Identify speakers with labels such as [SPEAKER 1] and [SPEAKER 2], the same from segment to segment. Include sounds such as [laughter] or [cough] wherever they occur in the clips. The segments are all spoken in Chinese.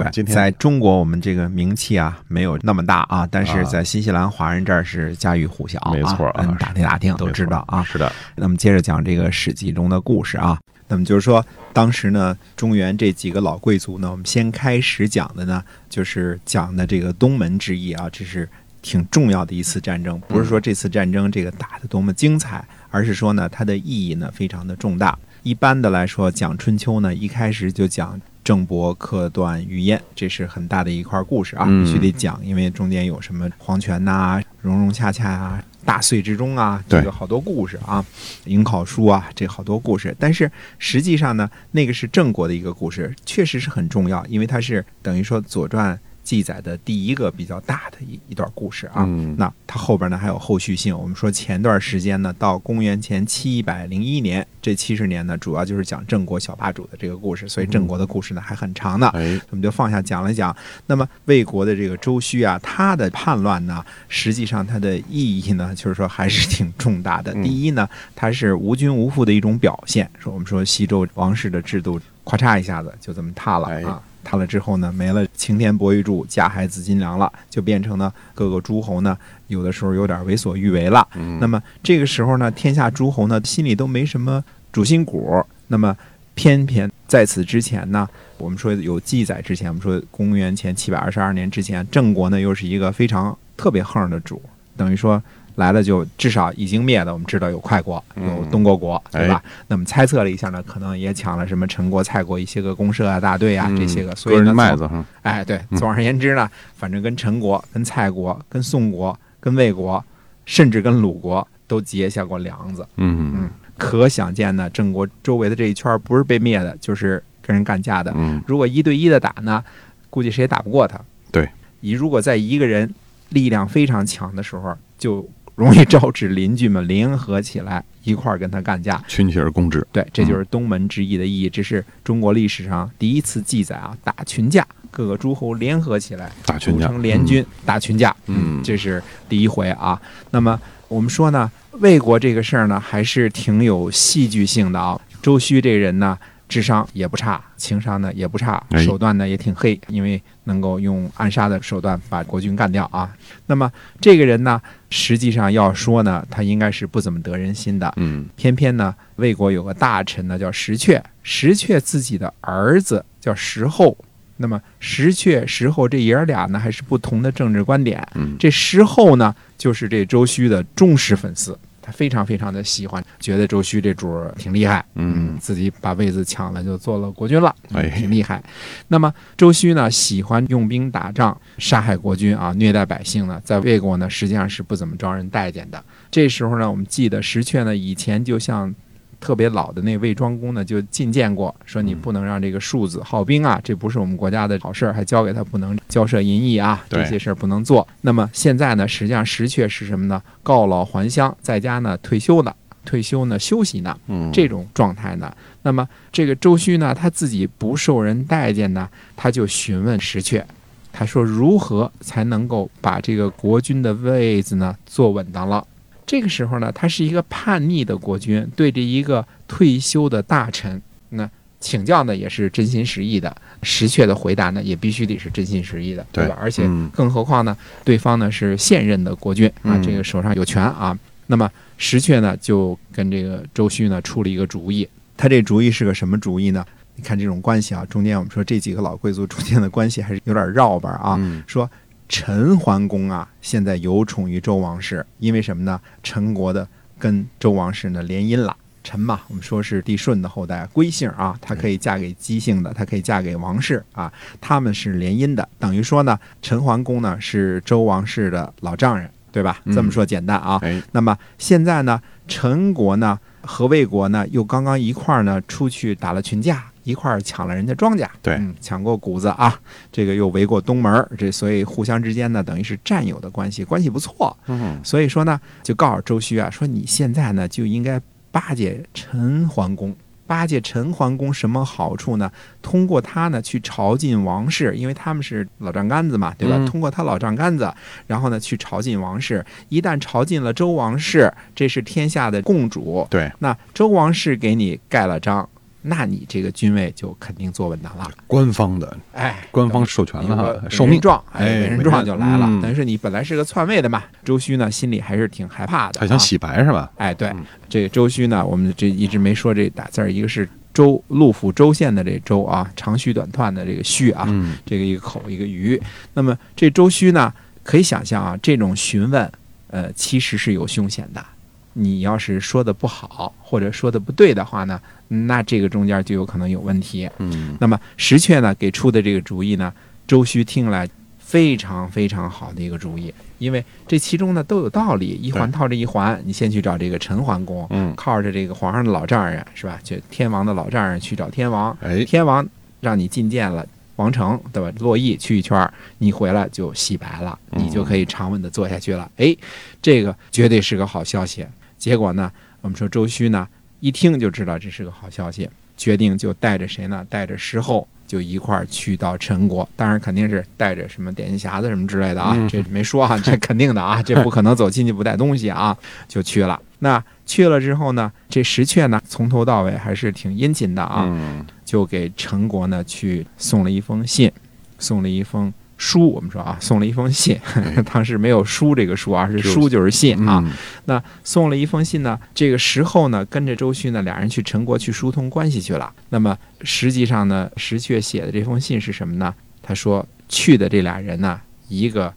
[SPEAKER 1] 那么今天
[SPEAKER 2] 在中国我们这个名气啊没有那么大啊，但是
[SPEAKER 1] 啊
[SPEAKER 2] 在新西兰华人这儿是家喻户晓、啊，
[SPEAKER 1] 没错啊
[SPEAKER 2] 嗯打听打听都
[SPEAKER 1] 没
[SPEAKER 2] 知
[SPEAKER 1] 错
[SPEAKER 2] 道啊。
[SPEAKER 1] 是的，
[SPEAKER 2] 那么接着讲这个《史记》中的故事啊。那么就是说，当时呢，中原这几个老贵族呢，我们先开始讲的呢，就是讲的这个东门之役啊，这是挺重要的一次战争。不是说这次战争这个打得多么精彩，而是说呢，它的意义呢非常的重大。一般的来说，讲春秋呢，一开始就讲郑伯克段于鄢，这是很大的一块故事啊，
[SPEAKER 1] 嗯
[SPEAKER 2] 必须得讲，因为中间有什么黄权呐、融融洽洽啊、大岁之中啊，
[SPEAKER 1] 对
[SPEAKER 2] 这个好多故事啊。营考书啊，这好多故事。但是实际上呢，那个是郑国的一个故事，确实是很重要，因为它是等于说《左传》记载的第一个比较大的一一段故事啊。
[SPEAKER 1] 嗯
[SPEAKER 2] 那它后边呢还有后续性。我们说前段时间呢，到公元前七百零一年这七十年呢，主要就是讲郑国小霸主的这个故事，所以郑国的故事呢还很长呢。
[SPEAKER 1] 哎，
[SPEAKER 2] 我们就放下讲了讲。那么魏国的这个周须啊，他的叛乱呢，实际上它的意义呢，就是说还是挺重大的。
[SPEAKER 1] 嗯
[SPEAKER 2] 第一呢，它是无君无父的一种表现。说我们说西周王室的制度，咔嚓一下子就这么塌了
[SPEAKER 1] 哎
[SPEAKER 2] 啊。塌了之后呢，没了擎天博玉柱、架海紫金梁了，就变成了各个诸侯呢，有的时候有点为所欲为了。
[SPEAKER 1] 嗯
[SPEAKER 2] 那么这个时候呢，天下诸侯呢心里都没什么主心骨。那么偏偏在此之前呢，我们说有记载之前，我们说公元前七百二十二年之前，郑国呢又是一个非常特别横的主，等于说来了就至少已经灭的，我们知道有快国，有
[SPEAKER 1] 嗯
[SPEAKER 2] 东国国，
[SPEAKER 1] 哎
[SPEAKER 2] 对吧？那么猜测了一下呢，可能也抢了什么陈国、蔡国一些个公社啊、大队啊、这些个，
[SPEAKER 1] 嗯
[SPEAKER 2] 所以
[SPEAKER 1] 割
[SPEAKER 2] 呢，
[SPEAKER 1] 人麦
[SPEAKER 2] 从
[SPEAKER 1] 子哈，
[SPEAKER 2] 哎，对，
[SPEAKER 1] 嗯
[SPEAKER 2] 总而言之呢，反正跟陈国、跟蔡国、跟宋国、跟魏国，甚至跟鲁国都结下过梁子。
[SPEAKER 1] 嗯
[SPEAKER 2] 嗯可想见呢，郑国周围的这一圈儿不是被灭的，就是跟人干架的。
[SPEAKER 1] 嗯
[SPEAKER 2] 如果一对一的打呢，估计谁也打不过他。
[SPEAKER 1] 对，
[SPEAKER 2] 你如果在一个人力量非常强的时候，就容易招致邻居们联合起来一块儿跟他干架。
[SPEAKER 1] 群起而攻之，
[SPEAKER 2] 对，这就是东门之役的意义，这是中国历史上第一次记载啊，打群架，各个诸侯联合起来
[SPEAKER 1] 打群
[SPEAKER 2] 组
[SPEAKER 1] 架，
[SPEAKER 2] 成联军打群架，
[SPEAKER 1] 嗯
[SPEAKER 2] 这是第一回啊。那么我们说呢，魏国这个事儿呢，还是挺有戏剧性的啊。周须这个人呢，智商也不差，情商呢也不差，
[SPEAKER 1] 哎
[SPEAKER 2] 手段呢也挺黑，因为能够用暗杀的手段把国君干掉啊。那么这个人呢，实际上要说呢，他应该是不怎么得人心的。
[SPEAKER 1] 嗯
[SPEAKER 2] 偏偏呢，魏国有个大臣呢叫石阙，石阙自己的儿子叫石厚。那么石阙、石厚这爷儿俩呢，还是不同的政治观点。
[SPEAKER 1] 嗯，
[SPEAKER 2] 这石厚呢，就是这周须的忠实粉丝，他非常非常的喜欢，觉得周须这主儿挺厉害，
[SPEAKER 1] 嗯
[SPEAKER 2] 自己把位子抢了，就做了国君了，
[SPEAKER 1] 哎
[SPEAKER 2] 挺厉害。那么周须呢，喜欢用兵打仗，杀害国君啊，虐待百姓呢，在魏国呢，实际上是不怎么招人待见的。这时候呢，我们记得石阙呢，以前就像。特别老的那魏庄公呢，就进谏过，说你
[SPEAKER 1] 嗯
[SPEAKER 2] 不能让这个庶子好兵啊，这不是我们国家的好事儿，还交给他不能交涉淫逸啊，这
[SPEAKER 1] 对
[SPEAKER 2] 些事儿不能做。那么现在呢，实际上石阙是什么呢？告老还乡，在家呢退休的，退休呢休息呢，
[SPEAKER 1] 嗯
[SPEAKER 2] 这种状态呢。那么这个周须呢，他自己不受人待见呢，他就询问石阙，他说如何才能够把这个国君的位子呢坐稳当了？这个时候呢，他是一个叛逆的国君，对着一个退休的大臣，那请教呢也是真心实意的，石阙的回答呢也必须得是真心实意的，对
[SPEAKER 1] 对
[SPEAKER 2] 吧？而且
[SPEAKER 1] 嗯
[SPEAKER 2] 更何况呢，对方呢是现任的国君啊，
[SPEAKER 1] 嗯
[SPEAKER 2] 这个手上有权啊。那么石阙呢就跟这个周须呢出了一个主意，他这主意是个什么主意呢？你看这种关系啊，中间我们说这几个老贵族中间的关系还是有点绕吧啊。
[SPEAKER 1] 嗯
[SPEAKER 2] 说陈桓公啊，现在有宠于周王室，因为什么呢？陈国的跟周王室呢联姻了。陈嘛，我们说是帝舜的后代，归姓啊，她可以嫁给姬姓的，她可以嫁给王氏啊，他们是联姻的，等于说呢，陈桓公呢是周王室的老丈人，对吧？对吧？
[SPEAKER 1] 嗯
[SPEAKER 2] 这么说简单啊。
[SPEAKER 1] 哎，
[SPEAKER 2] 那么现在呢，陈国呢和魏国呢又刚刚一块儿呢出去打了群架，一块儿抢了人家庄稼，
[SPEAKER 1] 对
[SPEAKER 2] 嗯，抢过谷子啊，这个又围过东门儿，这所以互相之间呢等于是战友的关系，关系不错。
[SPEAKER 1] 嗯，
[SPEAKER 2] 所以说呢，就告诉周须啊，说你现在呢就应该巴结陈桓公。巴结陈桓公什么好处呢？通过他呢去朝觐王室，因为他们是老丈杆子嘛，对吧？
[SPEAKER 1] 嗯
[SPEAKER 2] 通过他老丈杆子，然后呢去朝觐王室。一旦朝觐了周王室，这是天下的共主。
[SPEAKER 1] 对，
[SPEAKER 2] 那周王室给你盖了章，那你这个君位就肯定坐稳当了。
[SPEAKER 1] 官方的，
[SPEAKER 2] 哎，
[SPEAKER 1] 官方授权了
[SPEAKER 2] 有
[SPEAKER 1] 哈，
[SPEAKER 2] 个
[SPEAKER 1] 受
[SPEAKER 2] 委
[SPEAKER 1] 命
[SPEAKER 2] 任状，哎，
[SPEAKER 1] 哎
[SPEAKER 2] 委
[SPEAKER 1] 委
[SPEAKER 2] 任状
[SPEAKER 1] 任
[SPEAKER 2] 就来了。
[SPEAKER 1] 嗯
[SPEAKER 2] 但是你本来是个篡位的嘛，周须呢心里还是挺害怕的、啊，
[SPEAKER 1] 他想洗白是吧？
[SPEAKER 2] 哎，对
[SPEAKER 1] 嗯，
[SPEAKER 2] 这周须呢，我们这一直没说这打字儿，一个是周陆府州县的这周啊，长吁短叹的这个吁啊，
[SPEAKER 1] 嗯，
[SPEAKER 2] 这个一个口一个鱼。那么这周须呢，可以想象啊，这种询问，呃，其实是有凶险的。你要是说的不好或者说的不对的话呢，那这个中间就有可能有问题。
[SPEAKER 1] 嗯，
[SPEAKER 2] 那么石阙呢给出的这个主意呢，周须听来非常非常好的一个主意，因为这其中呢都有道理，一环套着一环。你先去找这个陈桓公，
[SPEAKER 1] 嗯，
[SPEAKER 2] 靠着这个皇上的老丈人是吧？就天王的老丈人去找天王，
[SPEAKER 1] 哎，
[SPEAKER 2] 天王让你觐见了。王城对吧？洛邑去一圈儿，你回来就洗白了，
[SPEAKER 1] 嗯
[SPEAKER 2] 你就可以长稳的做下去了。哎，这个绝对是个好消息。结果呢，我们说周须呢，一听就知道这是个好消息，决定就带着谁呢？带着石厚就一块儿去到陈国，当然肯定是带着什么点心匣子什么之类的啊，
[SPEAKER 1] 嗯
[SPEAKER 2] 这没说啊，这肯定的啊，这不可能走亲戚不带东西
[SPEAKER 1] [laughs]
[SPEAKER 2] 啊，就去了。那去了之后呢，这石阙呢，从头到尾还是挺殷勤的啊，
[SPEAKER 1] 嗯，
[SPEAKER 2] 就给陈国呢去送了一封信，送了一封书。我们说啊，送了一封信， [laughs] 当时没有书这个书啊，是
[SPEAKER 1] 哎就是
[SPEAKER 2] 书就是信啊。
[SPEAKER 1] 嗯，
[SPEAKER 2] 那送了一封信呢，这个时候呢，跟着周旭呢，俩人去陈国去疏通关系去了。那么实际上呢，石阙写的这封信是什么呢？他说去的这俩人呢，一个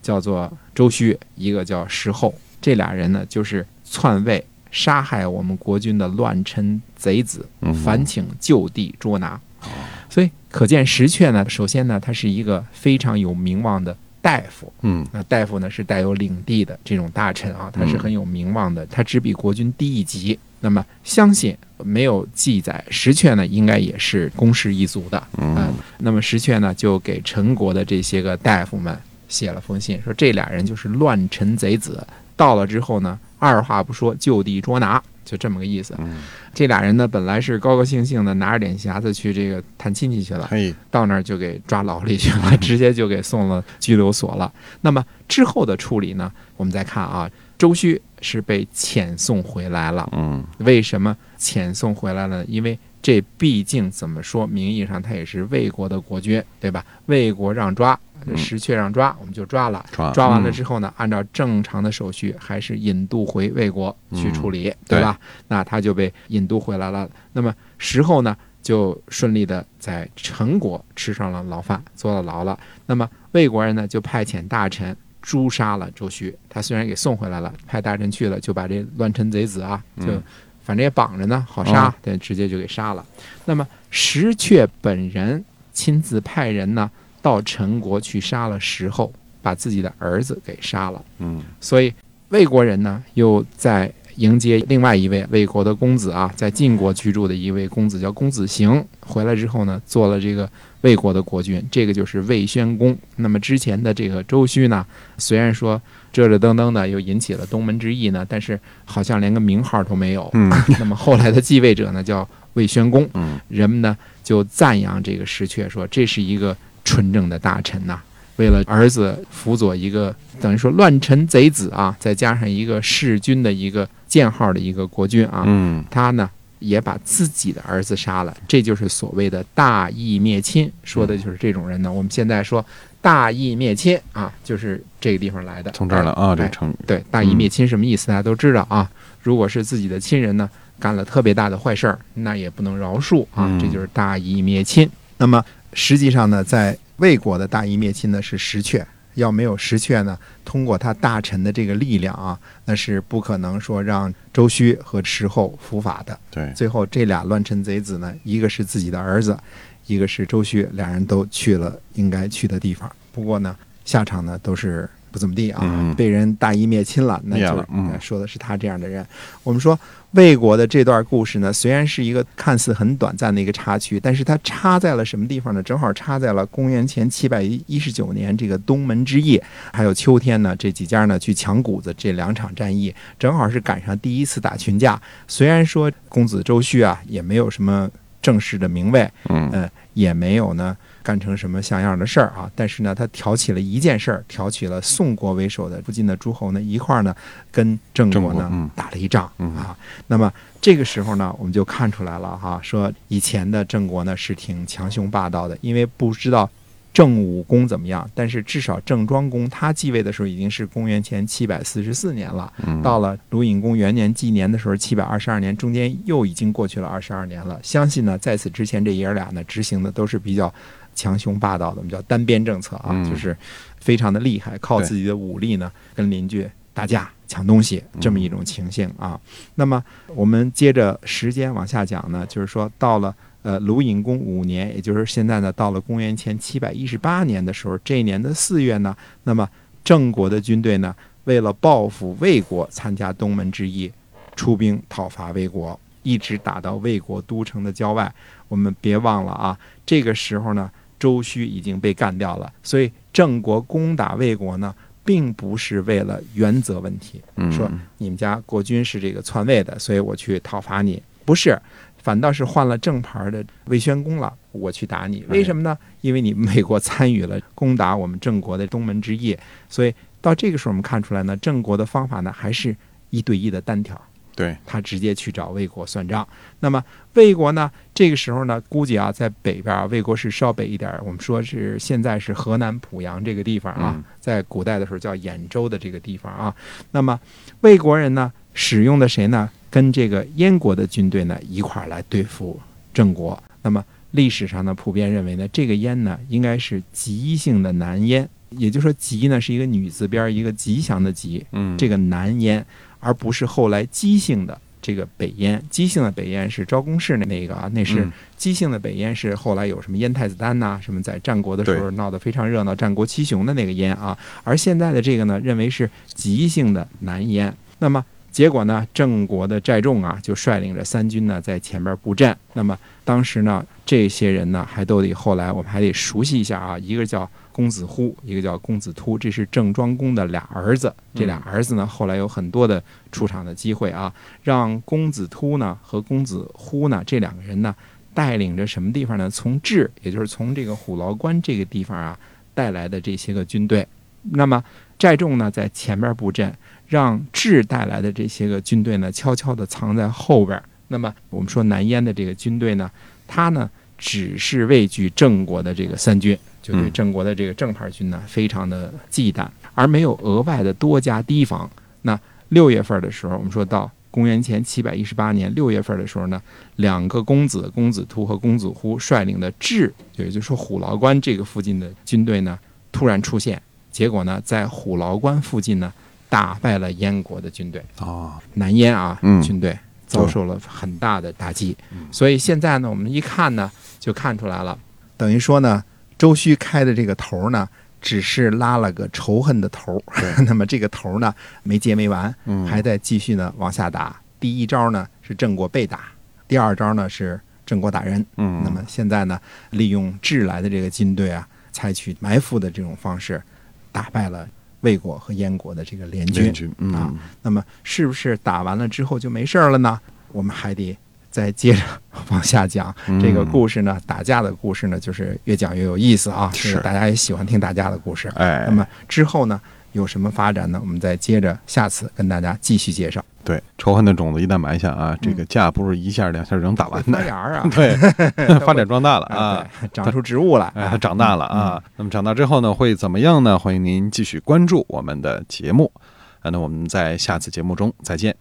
[SPEAKER 2] 叫做周须，一个叫石厚，这俩人呢就是篡位。杀害我们国君的乱臣贼子，
[SPEAKER 1] 嗯
[SPEAKER 2] 烦请就地捉拿。所以可见石阙呢，首先呢，他是一个非常有名望的大夫，
[SPEAKER 1] 嗯，
[SPEAKER 2] 那大夫呢是带有领地的这种大臣啊，他是
[SPEAKER 1] 嗯
[SPEAKER 2] 很有名望的，他只比国君低一级。那么相信没有记载，石阙呢应该也是公事一族的。
[SPEAKER 1] 嗯
[SPEAKER 2] 呃那么石阙呢就给陈国的这些个大夫们写了封信，说这俩人就是乱臣贼子，到了之后呢，二话不说就地捉拿，就这么个意思。
[SPEAKER 1] 嗯
[SPEAKER 2] 这俩人呢本来是高高兴兴的拿着点匣子去这个探亲戚去了，
[SPEAKER 1] 嘿，
[SPEAKER 2] 到那儿就给抓牢里去
[SPEAKER 1] 嗯
[SPEAKER 2] 了，直接就给送了拘留所了。那么之后的处理呢，我们再看啊，周须是被遣送回来了。
[SPEAKER 1] 嗯，
[SPEAKER 2] 为什么遣送回来了呢？因为这毕竟怎么说，名义上他也是魏国的国君，对吧？魏国让抓，
[SPEAKER 1] 嗯
[SPEAKER 2] 石阙让抓，我们就抓了。
[SPEAKER 1] 抓
[SPEAKER 2] 啊抓完了
[SPEAKER 1] 嗯
[SPEAKER 2] 之后呢，按照正常的手续，还是引渡回魏国去处理，对
[SPEAKER 1] 对
[SPEAKER 2] 吧？那他就被引渡回来了。那么石后呢，就顺利的在陈国吃上了牢饭，坐了牢了。那么魏国人呢，就派遣大臣诛杀了周须。他虽然给送回来了，派大臣去了，就把这乱臣贼子啊，就
[SPEAKER 1] 嗯
[SPEAKER 2] 反正也绑着呢，好杀，对，直接就给杀了。那么石阙本人亲自派人呢，到陈国去杀了石后，把自己的儿子给杀了。
[SPEAKER 1] 嗯
[SPEAKER 2] 所以魏国人呢，又在迎接另外一位魏国的公子啊，在晋国居住的一位公子叫公子行，回来之后呢，做了这个魏国的国君，这个就是魏宣公。那么之前的这个周须呢，虽然说遮遮登登的又引起了东门之役呢，但是好像连个名号都没有。
[SPEAKER 1] 嗯
[SPEAKER 2] [laughs] 那么后来的继位者呢，叫魏宣公。
[SPEAKER 1] 嗯，
[SPEAKER 2] 人们呢就赞扬这个石阙，说这是一个纯正的大臣呐、为了儿子辅佐一个等于说乱臣贼子啊，再加上一个弑君的一个建号的一个国君啊，
[SPEAKER 1] 嗯
[SPEAKER 2] 他呢也把自己的儿子杀了，这就是所谓的大义灭亲，说的就是这种人呢。我们现在说大义灭亲啊，就是这个地方来的，
[SPEAKER 1] 从这儿来啊，
[SPEAKER 2] 哎
[SPEAKER 1] 这个成语，
[SPEAKER 2] 对，大义灭亲什么意思？大家都知道啊。如果是自己的亲人呢，干了特别大的坏事儿，那也不能饶恕啊。
[SPEAKER 1] 嗯
[SPEAKER 2] 这就是大义灭亲。那么实际上呢，在魏国的大义灭亲呢是石阙，要没有石阙呢，通过他大臣的这个力量啊，那是不可能说让周须和石厚伏法的。
[SPEAKER 1] 对，
[SPEAKER 2] 最后这俩乱臣贼子呢，一个是自己的儿子，一个是周须，俩人都去了应该去的地方。不过呢，下场呢都是不怎么地啊，
[SPEAKER 1] 嗯
[SPEAKER 2] 被人大义灭亲了，那
[SPEAKER 1] 灭
[SPEAKER 2] 就
[SPEAKER 1] 了嗯
[SPEAKER 2] 呃说的是他这样的人。我们说魏国的这段故事呢，虽然是一个看似很短暂的一个插曲，但是它插在了什么地方呢？正好插在了公元前七百一十九年这个东门之役，还有秋天呢这几家呢去抢谷子这两场战役，正好是赶上第一次打群架。虽然说公子周旭啊也没有什么正式的名位，
[SPEAKER 1] 嗯
[SPEAKER 2] 呃，也没有呢干成什么像样的事儿啊。但是呢，他挑起了一件事儿，挑起了宋国为首的附近的诸侯呢一块儿呢跟郑
[SPEAKER 1] 郑
[SPEAKER 2] 国
[SPEAKER 1] 国
[SPEAKER 2] 呢
[SPEAKER 1] 嗯
[SPEAKER 2] 打了一仗
[SPEAKER 1] 嗯
[SPEAKER 2] 啊。那么这个时候呢，我们就看出来了哈、说以前的郑国呢是挺强雄霸道的，因为不知道。郑武公怎么样？但是至少郑庄公他继位的时候已经是公元前七百四十四年了，
[SPEAKER 1] 嗯，
[SPEAKER 2] 到了鲁隐公元年纪年的时候，七百二十二年，中间又已经过去了二十二年了。相信呢，在此之前这爷儿俩呢，执行的都是比较强雄霸道的，我们叫单边政策啊，
[SPEAKER 1] 嗯
[SPEAKER 2] 就是非常的厉害，靠
[SPEAKER 1] 对
[SPEAKER 2] 自己的武力呢跟邻居打架抢东西
[SPEAKER 1] 嗯
[SPEAKER 2] 这么一种情形啊。那么我们接着时间往下讲呢，就是说到了。呃，鲁隐公五年，也就是现在呢，到了公元前七百一十八年的时候，这一年的四月呢，那么郑国的军队呢，为了报复魏国参加东门之役，出兵讨伐魏国，一直打到魏国都城的郊外。我们别忘了啊，这个时候呢，周须已经被干掉了，所以郑国攻打魏国呢，并不是为了原则问题，
[SPEAKER 1] 嗯
[SPEAKER 2] 说你们家国君是这个篡位的，所以我去讨伐你，不是。反倒是换了正牌的魏宣公了，我去打
[SPEAKER 1] 哎
[SPEAKER 2] 你，为什么呢？因为你美国参与了攻打我们郑国的东门之役，所以到这个时候我们看出来呢，郑国的方法呢还是一对一的单挑，
[SPEAKER 1] 对，
[SPEAKER 2] 他直接去找魏国算账。那么魏国呢，这个时候呢，估计啊，在北边啊，魏国是稍北一点儿，我们说是现在是河南濮阳这个地方啊，
[SPEAKER 1] 嗯
[SPEAKER 2] 在古代的时候叫兖州的这个地方啊。那么魏国人呢，使用的谁呢？跟这个燕国的军队呢一块儿来对付郑国。那么历史上呢，普遍认为呢，这个燕呢应该是吉姓的男燕，也就是说吉呢是一个女字边儿一个吉祥的吉，
[SPEAKER 1] 嗯，
[SPEAKER 2] 这个南燕，而不是后来姬姓的这个北燕。姬姓的北燕是昭公氏那那个啊，那是
[SPEAKER 1] 嗯
[SPEAKER 2] 姬姓的北燕是后来有什么燕太子丹呐、什么在战国的时候闹得非常热闹，战国七雄的那个燕啊。而现在的这个呢，认为是姬姓的南燕。那么结果呢，郑国的寨众啊，就率领着三军呢在前面布阵。那么当时呢，这些人呢还都得后来我们还得熟悉一下啊，一个叫公子忽，一个叫公子突，这是郑庄公的俩儿子。这俩儿子呢后来有很多的出场的机会啊，让公子突呢和公子忽呢这两个人呢带领着什么地方呢？从治，也就是从这个虎牢关这个地方啊带来的这些个军队。那么寨众呢在前面布阵，让智带来的这些个军队呢，悄悄地藏在后边儿。那么我们说南燕的这个军队呢，他呢只是畏惧郑国的这个三军，就对
[SPEAKER 1] 嗯
[SPEAKER 2] 郑国的这个正牌军呢非常的忌惮，而没有额外的多加提防。那六月份的时候，我们说到公元前七百一十八年六月份的时候呢，两个公子公子突和公子忽率领的智，也就是说虎牢关这个附近的军队呢，突然出现，结果呢，在虎牢关附近呢。打败了燕国的军队，
[SPEAKER 1] 啊，
[SPEAKER 2] 南燕啊、
[SPEAKER 1] 嗯
[SPEAKER 2] 军队遭受了很大的打击。所以现在呢，我们一看呢，就看出来了，等于说呢，周须开的这个头呢。只是拉了个仇恨的头儿， [laughs] 那么这个头儿呢没结没完，
[SPEAKER 1] 嗯
[SPEAKER 2] 还在继续呢往下打。第一招呢是郑国被打，第二招呢是郑国打人。
[SPEAKER 1] 嗯
[SPEAKER 2] 那么现在呢，利用智来的这个军队啊，采取埋伏的这种方式，打败了魏国和燕国的这个联军
[SPEAKER 1] 联。军，嗯
[SPEAKER 2] 啊那么是不是打完了之后就没事儿了呢？我们还得再接着往下讲
[SPEAKER 1] 嗯
[SPEAKER 2] 这个故事呢。打架的故事呢，就是越讲越有意思啊，
[SPEAKER 1] 是
[SPEAKER 2] 这个大家也喜欢听打架的故事。
[SPEAKER 1] 哎，
[SPEAKER 2] 那么之后呢，有什么发展呢？我们再接着下次跟大家继续介绍。
[SPEAKER 1] 对，仇恨的种子一旦埋下
[SPEAKER 2] 嗯
[SPEAKER 1] 啊，这个架不是一下两下能打完
[SPEAKER 2] 发
[SPEAKER 1] 的，
[SPEAKER 2] 芽儿啊，
[SPEAKER 1] [laughs] 对，发展壮大了啊
[SPEAKER 2] [laughs] 啊。，嗯对长出植物来
[SPEAKER 1] 哎，它长大了啊。那么长大之后呢，会怎么样呢？欢迎您继续关注我们的节目。啊，那我们在下次节目中再见。